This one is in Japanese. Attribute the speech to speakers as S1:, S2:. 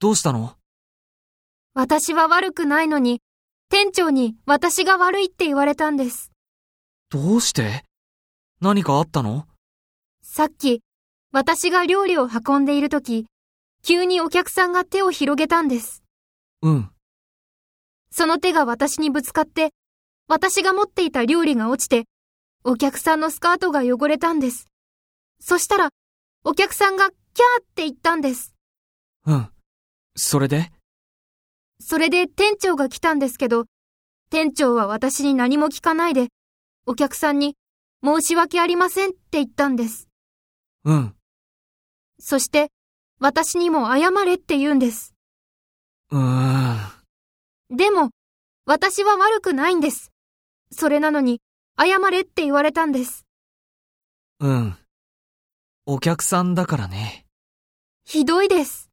S1: どうしたの
S2: 私は悪くないのに、店長に私が悪いって言われたんです。
S1: どうして何かあったの
S2: さっき、私が料理を運んでいるとき、急にお客さんが手を広げたんです。
S1: うん。
S2: その手が私にぶつかって、私が持っていた料理が落ちて、お客さんのスカートが汚れたんです。そしたら、お客さんがキャーって言ったんです。
S1: うん。それで
S2: それで店長が来たんですけど、店長は私に何も聞かないで、お客さんに申し訳ありませんって言ったんです。
S1: うん。
S2: そして、私にも謝れって言うんです。
S1: うーん。
S2: でも、私は悪くないんです。それなのに、謝れって言われたんです。
S1: うん。お客さんだからね。
S2: ひどいです。